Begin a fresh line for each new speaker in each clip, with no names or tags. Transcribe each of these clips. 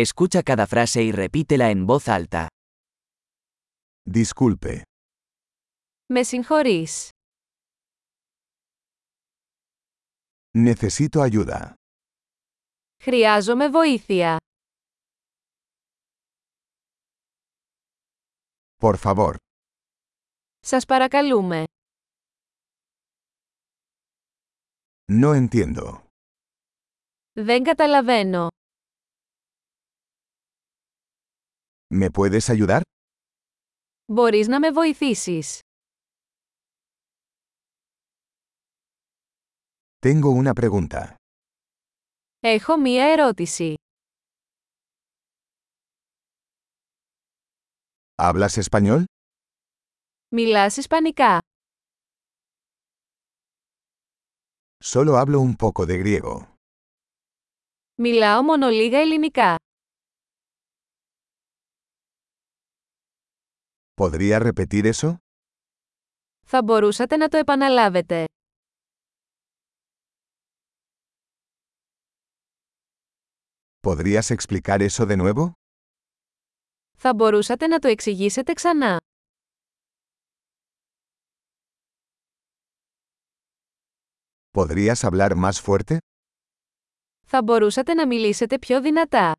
Escucha cada frase y repítela en voz alta.
Disculpe.
Με συγχωρείς.
Necesito ayuda.
Χρειάζομαι βοήθεια.
Por favor.
Σας παρακαλούμε.
No entiendo.
Δεν καταλαβαίνω.
¿Me puedes ayudar?
Μπορείς να με βοηθήσεις.
Tengo una pregunta.
Έχω μία ερώτηση.
¿Hablas español?
Μιλάς ισπανικά.
Solo hablo un poco de griego.
Μιλάω μόνο λίγα ελληνικά.
¿Podría repetir eso?
Θα μπορούσατε να το επαναλάβετε.
¿Podrías explicar eso de nuevo?
Θα μπορούσατε να το εξηγήσετε ξανά.
¿Podrías hablar más fuerte?
Θα μπορούσατε να μιλήσετε πιο δυνατά.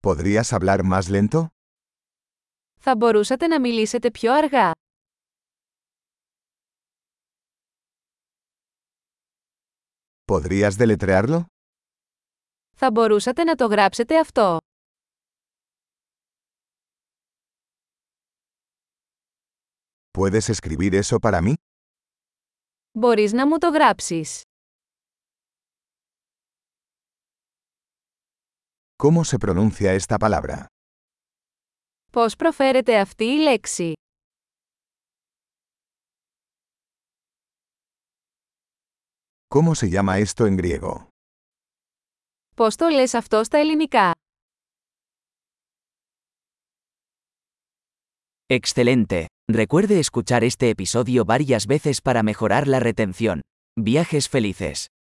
¿Podrías hablar más lento?
Θα μπορούσατε να μιλήσετε πιο αργά.
¿Podrías deletrearlo?
Θα μπορούσατε να το γράψετε αυτό.
¿Puedes escribir eso para mí?
Μπορείς να μου το γράψεις.
¿Cómo se pronuncia esta palabra?
Πώς προφέρεται αυτή η λέξη.
¿Cómo se llama esto en griego?
Πώς το λες αυτό στα ελληνικά.
Excelente. Recuerde escuchar este episodio varias veces para mejorar la retención. Viajes felices.